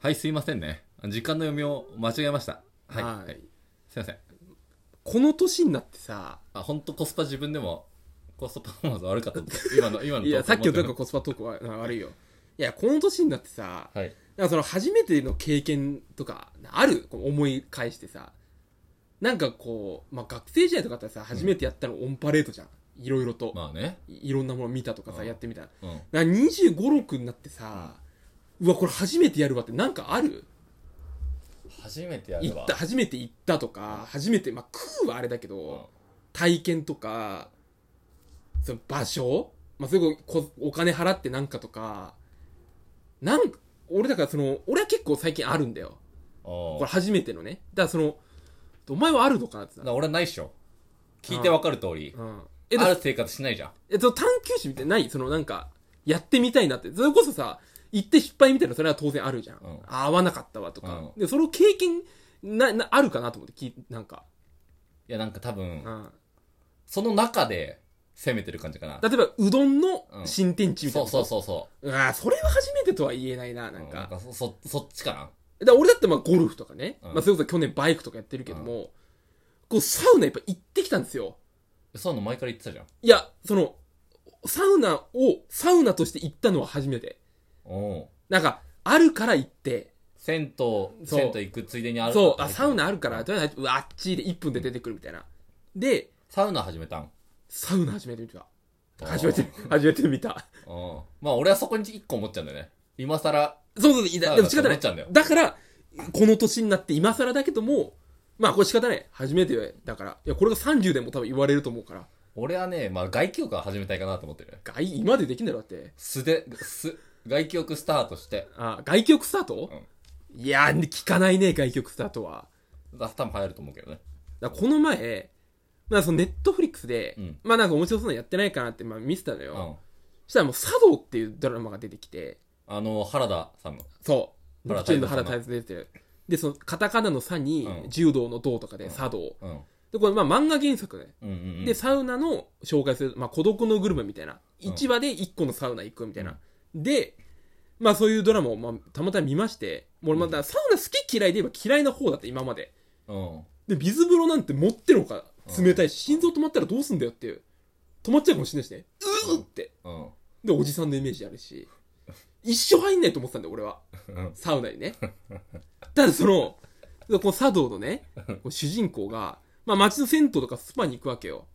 はい、すいませんね。時間の読みを間違えました。はい。はいはいすいません。この年になってさあ、本当コスパ自分でも、コストパフォーマンス悪かったです。今の、今の。いやさっきのなんかコスパトークはな悪いよいやこの年になってさはい。なんかその初めての経験とかあるこう思い返してさなんかこう、まあ、学生時代とかだったらさ初めてやったのオンパレードじゃんいろいろと、まあね。いいろんなもの見たとかさ、うんやってみたらうん。なんか2 5 6になってさ、うわこれ初めてやるわってなんかある初めてやる行わった。初めて行ったとか初めてまあ食うはあれだけど、体験とかその場所、まあ、それこそこお金払ってなんかとかなんか俺だからその俺は結構最近あるんだようん。ここれ初めてのねだからそのお前はあるのかなってれな、俺はないっしょ。聞いてわかる通りう。ん、えあだる生活しないじゃん。えっと探求心みたいなないそのなんかやってみたいなってそれこそさ行って失敗みたいなそれは当然あるじゃん、うんあ合わなかったわとか、うでその経験ななあるかなと思ってきなんか、いや、なんか多う分、ん、その中で攻めてる感じかな。例えばうどんのうん新天地みたいそうそな、うそうそうわそれは初めてとは言えないな、う。なんうか。だかそ、そ、そっちかな。ら俺だってまあゴルフとかね、うんまあそれこそ去年バイクとかやってるけども、こうサウナやっぱ行ってきたんですよ。そういうの前から言ってたじゃん。いや、その、サウナを、サウナとして行ったのは初めて。おうなんか、あるから行って、銭湯、そう銭湯行くついでにあるそう、あ、サウナあるかうら、んとりあえず、うわあっちで1分で出てくるみたいな。で、サウナ始めたん。サウナ初めて見た。おう初めて。、初めて見た。うん。まあ俺はそこに一個思っちゃうんだよね。今更、そうそう、いやサウナでも仕方なって思っちゃうんだいよ。だから、この年になって今更だけども、まあこれ仕方ない。初めてだから。いや、これが30でも多分言われると思うから。俺はね、まあ外気浴から始めたいかなと思ってる。外、今でできんだろだって。素で、す、外気浴スタートして、あ、外局スタート、いやー、聞かないね、外局スタートは。だ多分流行ると思うけどね。だからこの前、まあそのネットフリックスで、うんまあなんか面白そうなのやってないかなって、まあ見せたのうよ。ん。したらもう、茶道っていうドラマが出てきて、あの、原田さんの。そう。原原田泰田造さんの原田出てる。で、その、カタカナのさに、うん柔道の道とかで、茶道。うん。で、これまあ漫画原作ね。うんうんうん。で、サウナの紹介する、まあ、孤独のグルメみたいな。1話で1個のサウナ行くみたいな。で、まあそういうドラマを、まあ、たまたま見まして、もうまたサウナ好き嫌いで言えば嫌いな方だった、今まで。うん。で、水風呂なんて持ってるのかうん冷たいし、心臓止まったらどうすんだよっていう。止まっちゃうかもしれないしね。うーって。うん。で、おじさんのイメージあるし。一生入んないと思ってたんだよ、俺は。うん。サウナにね。ただその、この茶道のね、こう主人公が、まあ街の銭湯とかスパに行くわけよ。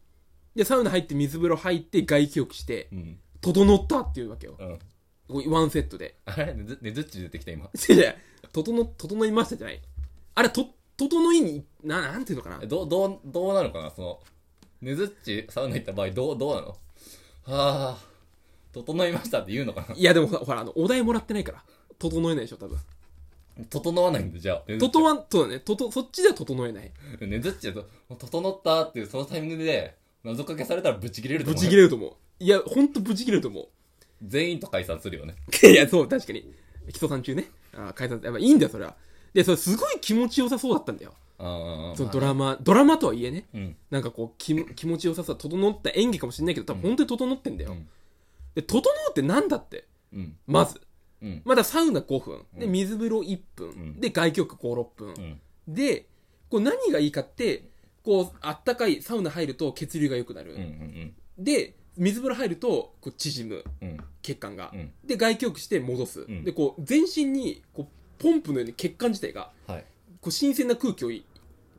で、サウナ入って水風呂入って外気浴してう、ん。整ったっていうわけよ。うん。こうワンセットで。あれねずねずっち出てきた今。違う違う、整、整いましたじゃない。あれ、と、整いに、な、なんていうのかなえ。どう、どう、どうなのかなその、ねずっちサウナ行った場合、どう、どうなのはあ、整いましたって言うのかないやでもほらほら、あの、お題もらってないから。整えないでしょ、多分。整わないんだ、じゃあ。ねずっち整わん、そうだね。とと、そっちでは整えない。ねずっちだと、整ったっていうそのタイミングで、謎かけされたらブチ切れるとブ思う。チ切れると思う。いや、ほんとブチ切れると思う。全員と解散するよね。 いや、そう、確かに。基礎さん中ね。あー解散、やっぱいいんだよ、それは。で、それすごい気持ちよさそうだったんだよ。ああ。そのドラマ、ドラマとはいえね。うん。なんかこう、気も気持ちよさそう、整った演技かもしれないけど、多分本当に整ってんだよ。うんで、整うってなんだって、うん。まず。うん。まだサウナ5分。で、うん水風呂1分。んで、外気浴5、6分。うん。で、こう何がいいかって、こう、あったかいサウナ入ると血流が良くなる。うん。うん。で、水風呂入ると、こう、縮む。うん。うん。血管が、うんで外気浴して戻す、んでこう全身にこうポンプのように血管自体がはい。こう新鮮な空気をい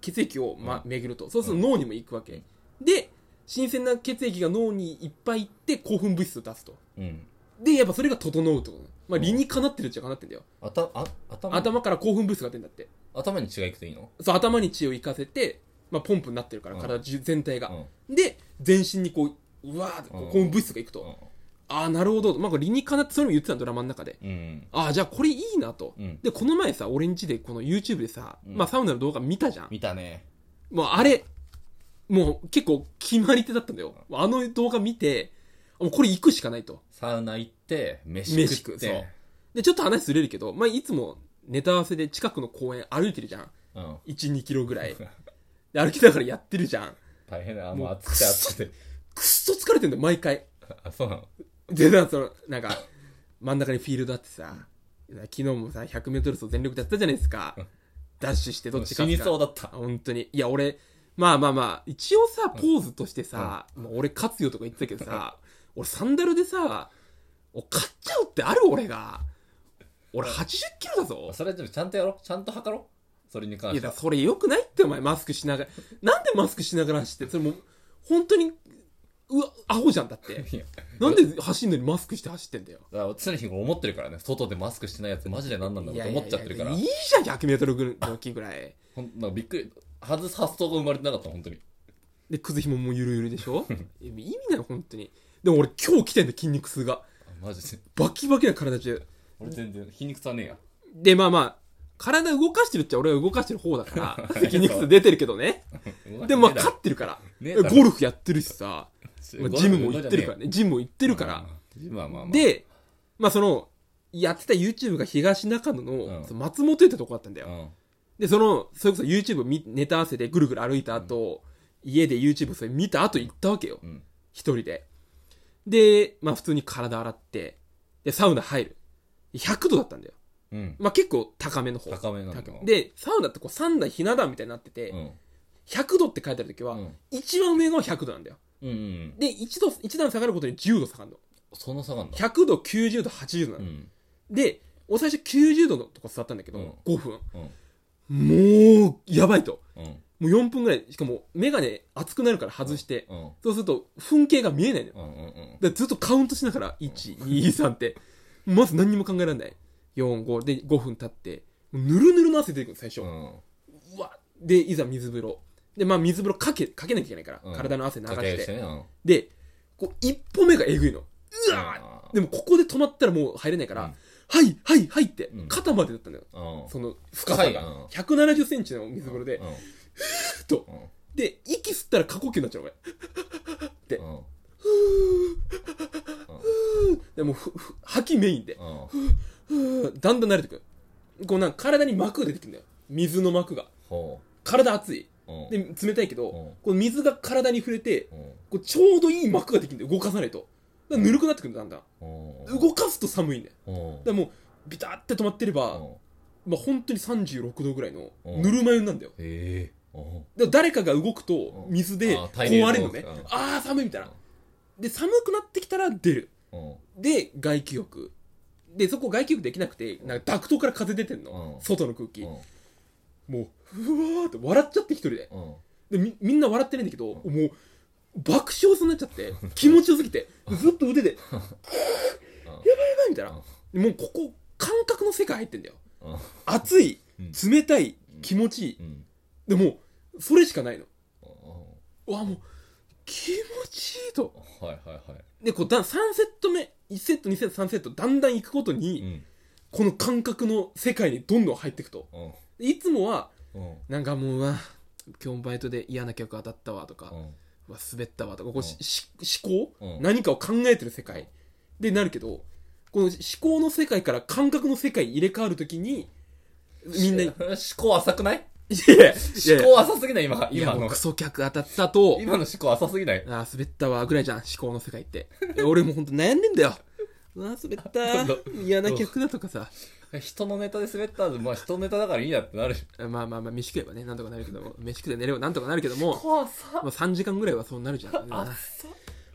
血液を、まう巡るとそうすると脳にも行くわけ、で新鮮な血液が脳にいっぱい行って興奮物質を出すとうん。でやっぱそれが整うってこと、まあ、うん理にかなってるっちゃかなってんだよ、あた、あ、頭頭から興奮物質が出るんだって頭に血がいくといいのそう頭に血を行かせて、まあ、ポンプになってるからうん体じゅ全体が、ん。で全身にこううわーってこう興奮物質がいくと、ああなるほどと、まあ、これ理にかなってそれも言ってたのドラマの中でうん。ああじゃあこれいいなと、うんでこの前さ俺ん家でこの YouTube でさ、うんまあ、サウナの動画見たじゃん見たね。もうあれもう結構決まり手だったんだよあの動画見てもうこれ行くしかないとサウナ行って、飯食飯食っうそうて。でちょっと話ずれるけど、まあ、いつもネタ合わせで近くの公園歩いてるじゃんうん。 12キロぐらいで歩きながらやってるじゃん大変だ。あもの、う暑くて暑くて。くっそ疲れてんだよ毎回あ、そうなのでなんかそのなんか真ん中にフィールドあってさ昨日もさ 100m 走全力でやったじゃないですかうんダッシュしてどっち死かにかそうだった。本当にいや俺まあまあまあ一応さポーズとしてさ、まあ俺勝つよとか言ってたけど さ俺サンダルでさお勝っちゃうってある俺が俺8 0キロだぞそれちょっとちゃんとやろう。ちゃんと測ろう。それに関しいやてだは。からそれよくないってお前マスクしながらなんでマスクしながら走ってそれもう本当にうわアホじゃん だっていやなんで走んのにマスクして走ってんだよだから常日頃思ってるからね。外でマスクしてないやつマジで何なんだろうと思っちゃってるからいやい。やいやいいじゃん 100m ぐらいの時ぐらいほんなんかびっくり。外す発想が生まれてなかった、本当に。でくずひももゆるゆるでしょいや意味ない本当にでも俺今日来てんだよ筋肉痛があマジで。バキバキな体中俺全然、皮肉さねえや。でまあまあ体動かしてるっちゃ俺は動かしてる方だから そう筋肉痛出てるけどねでもまあ勝勝ってるからねえだろゴルフやってるしさ、まあ、ジムも行ってるからねねジムも行ってるから、うん。ジムはまあまあ。、でまあそのやってた YouTube が東中野のうんその松本屋ってとこだったんだよ、うん。でそのそれこそ YouTube 見ネタ合わせでぐるぐる歩いた後、家で YouTube それ見た後行ったわけよ、うん。一人で。で、まあ普通に体洗って、で、サウナ入る。100度だったんだよ。うん。まあ結構高めの方。高めなんだ高めで、サウナってこう3段ひな壇みたいになってて、うん。 100度って書いてある時は、うん一番上が100度なんだよ。うんうん。で、1度、一段下がることに10度下がるの。そんな下がんだ。 100度、90度、80度なうの。ん。で、俺最初90度のとこ座ったんだけど、うん5分。うん。もう、やばいと。うん。もう4分ぐらい、しかもメガネ熱くなるから外して、うん。そうすると、噴景が見えないのよ。うん。うん。でずっとカウントしながら、1、2、3って、まず何にも考えられない。4、5で5分経って、ぬるぬるの汗出てくる最初。う。うんわで、いざ水風呂。で、まあ水風呂かけ、かけなきゃいけないから、うん体の汗流し掛け合いて。してね。うん。で、こう、一歩目がえぐいの。うわあでもここで止まったらもう入れないから、うんはい、はい、はいってう、ん肩までだったんだよ。ーうん。その深さ深いなが。170センチの水風呂でう、ん。ふっと。うん。で、息吸ったら過呼吸になっちゃう、俺。う。うんで、もうふ、ふ吐きメインで。うん。だんだん慣れてくるこうなんか体に膜が出てくるんだよ水の膜がほ。体熱いううん。で冷たいけんど、この水が体に触れてうん。こうちょうどいい膜ができるんだよ動かさないとだからぬるくなってくるんだんだんうん。動かすと寒いんだようん。だからもうビタって止まってれば、うんまあ本当に36度ぐらいのうんぬるま湯なんだよへえ。うん。だから誰かが動くとうん水であー対流壊れるのね動くうんああ寒いみたいなうんで寒くなってきたら出るうん。で外気浴でそこ外気浴できなくてなんかダクトから風出てんの、うん外の空気、うん。もう、ふわーって笑っちゃって一人で。うん。で、み、みんな笑ってないんだけど、もう、爆笑そうになっちゃって、気持ちよすぎて、ずっと腕で、やばいやばいみたいな。もうここ、感覚の世界入ってんだよ。うん。熱い、うん冷たい、気持ちいい。うん。でもう、それしかないの。うんうわ、もう、気持ちいいと。はいはいはい。で、こう、だ、3セット目、1セット、2セット、3セット、だんだん行くことに、うん。この感覚の世界にどんどん入っていくと。うん。でいつもは、うん。なんかもう、うわ、今日もバイトで嫌な客当たったわとか、うん。うわ滑ったわとかこうしうし思考、うん何かを考えてる世界でなるけどこの思考の世界から感覚の世界に入れ替わるときにみんない思考浅くないやいや思考浅すぎない今、いや今ものうク。ソ客当たったと今の思考浅すぎない。あー滑ったわぐらいじゃん思考の世界って いや俺もうほんと悩んでんだようわ滑ったどん嫌な客だとかさ人のネタで滑ったら、まあ人のネタだからいいやってなるし。まあまあまあ飯食えばねなんとかなるけども飯食って寝ればなんとかなるけども怖さまあ3時間ぐらいはそうなるじゃんあ浅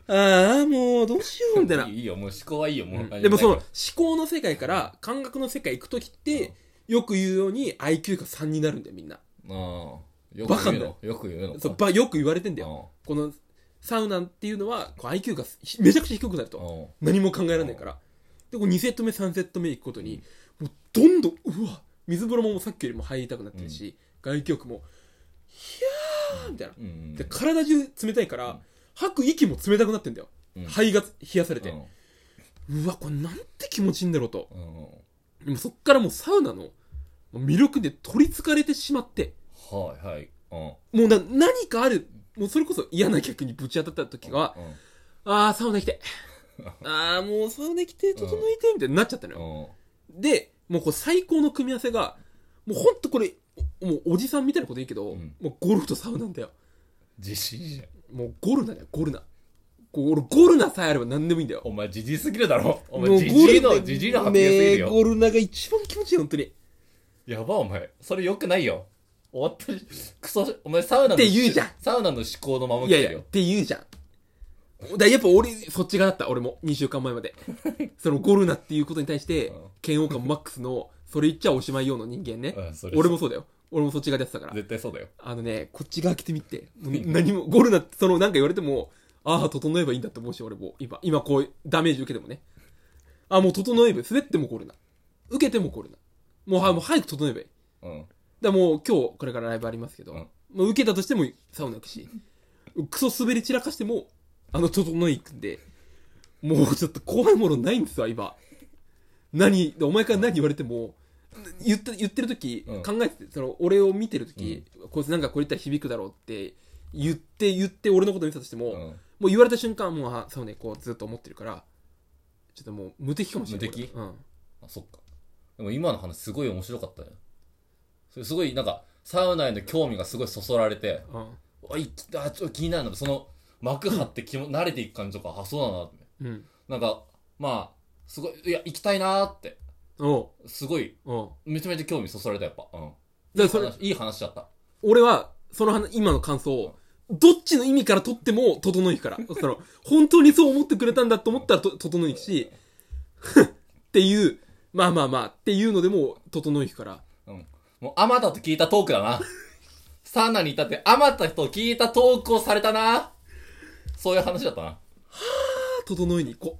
あもうどうしようみたいないいよ、もう思考はいいよ、もう。でもその思考の世界から感覚の世界行く時って、よく言うように IQ が3になるんだよみんなの、うん。よバくカ言だうのよ。よく言うの。そうばよく言われてんだよよ。このサウナっていうのはこう IQ がひめちゃくちゃ低くなるうとん。うん何も考えられないからでこう2セット目3セット目行くことにもうどんどんうわ水風呂もさっきよりも入りたくなってるし、外気浴もひゃーみたいな、うん。で体中冷たいから、うん吐く息も冷たくなってんだよ、うん肺が冷やされうて、んうわこれなんて気持ちいいんだろうとうん。でもそっからもうサウナのもう魅力で取りつかれてしまって、はいはい。うん。もうな、何かある、もうそれこそ嫌な客にぶち当たった時は、うんあー、サウナ来て。あー、もうサウナ来て、整えて、みたいになっちゃったのうよ。ん。で、もうこう最高の組み合わせが、もうほんとこれ、おもうおじさんみたいなこと言うけど、うんもうゴルフとサウナなんだよ。自信じゃん。もうゴルナだよ、ゴルナ。こう俺ゴルナさえあれば何でもいいんだよお前、じじいすぎるだろ。おも前、うじじいゴルの、ナじじいの発言すぎるねえよ。ゴルナが一番気持ちいい本当にやば、お前。それ良くないよ。終わった り、クソ、お前、サウナの。って言うじゃんサウナの思考のままい来やいてるやっよ。て言うじゃんだやっぱ俺そっち側だった俺も2週間前ま でそのゴルナっていうことに対してうん嫌悪感マックスのそれ言っちゃおしまいようの人間ねうんそれ俺もそうだよ俺もそっち側でやってたから絶対そうだよ。あのねこっち側来てみてもう何もゴルナってそのなんか言われてもああ整えばいいんだって思うし俺も今今こうダメージ受けてもねああもう整えばいい滑ってもゴルナ受けてもゴルナもうはもう早く整えばいいうん。だからもう今日これからライブありますけど、うんもう受けたとしてもサウナ行くし、クソ滑り散らかしても、あの、整い行くんで、もうちょっと怖いものないんですわ、今。何、お前から何言われても、言った、言ってる時、うん考えてて、その、俺を見てる時、こいつなんかこれ言ったら響くだろうって、言って言って俺のこと見てたとしても、うもん。う言われた瞬間、もう、あそうね、こうずっと思ってるから、ちょっともう無敵かもしれない。無敵俺うん。あ、そっか。でも今の話すごい面白かったね。それすごい、なんか、サウナへの興味がすごいそそられて、あ、いあちょっと気になるな。その、幕張って 気も、慣れていく感じとか、あ、そうだなって。うん。うん。なんか、まあ、すごい、いや、行きたいなーって。おうすごい、おうめちゃめちゃ興味そそられた、やっぱ。うん。だからそれ話いい話だった。俺は、その話、今の感想を、どっちの意味から取っても、整いくから。その、本当にそう思ってくれたんだと思ったらと、整いくし、っていう、まあまあまあ、っていうのでも、整いくから。うん。もう、あまたと聞いたトークだな。サウナにいたって、あまたと聞いたトークをされたな。そういう話だったな。整いに行こ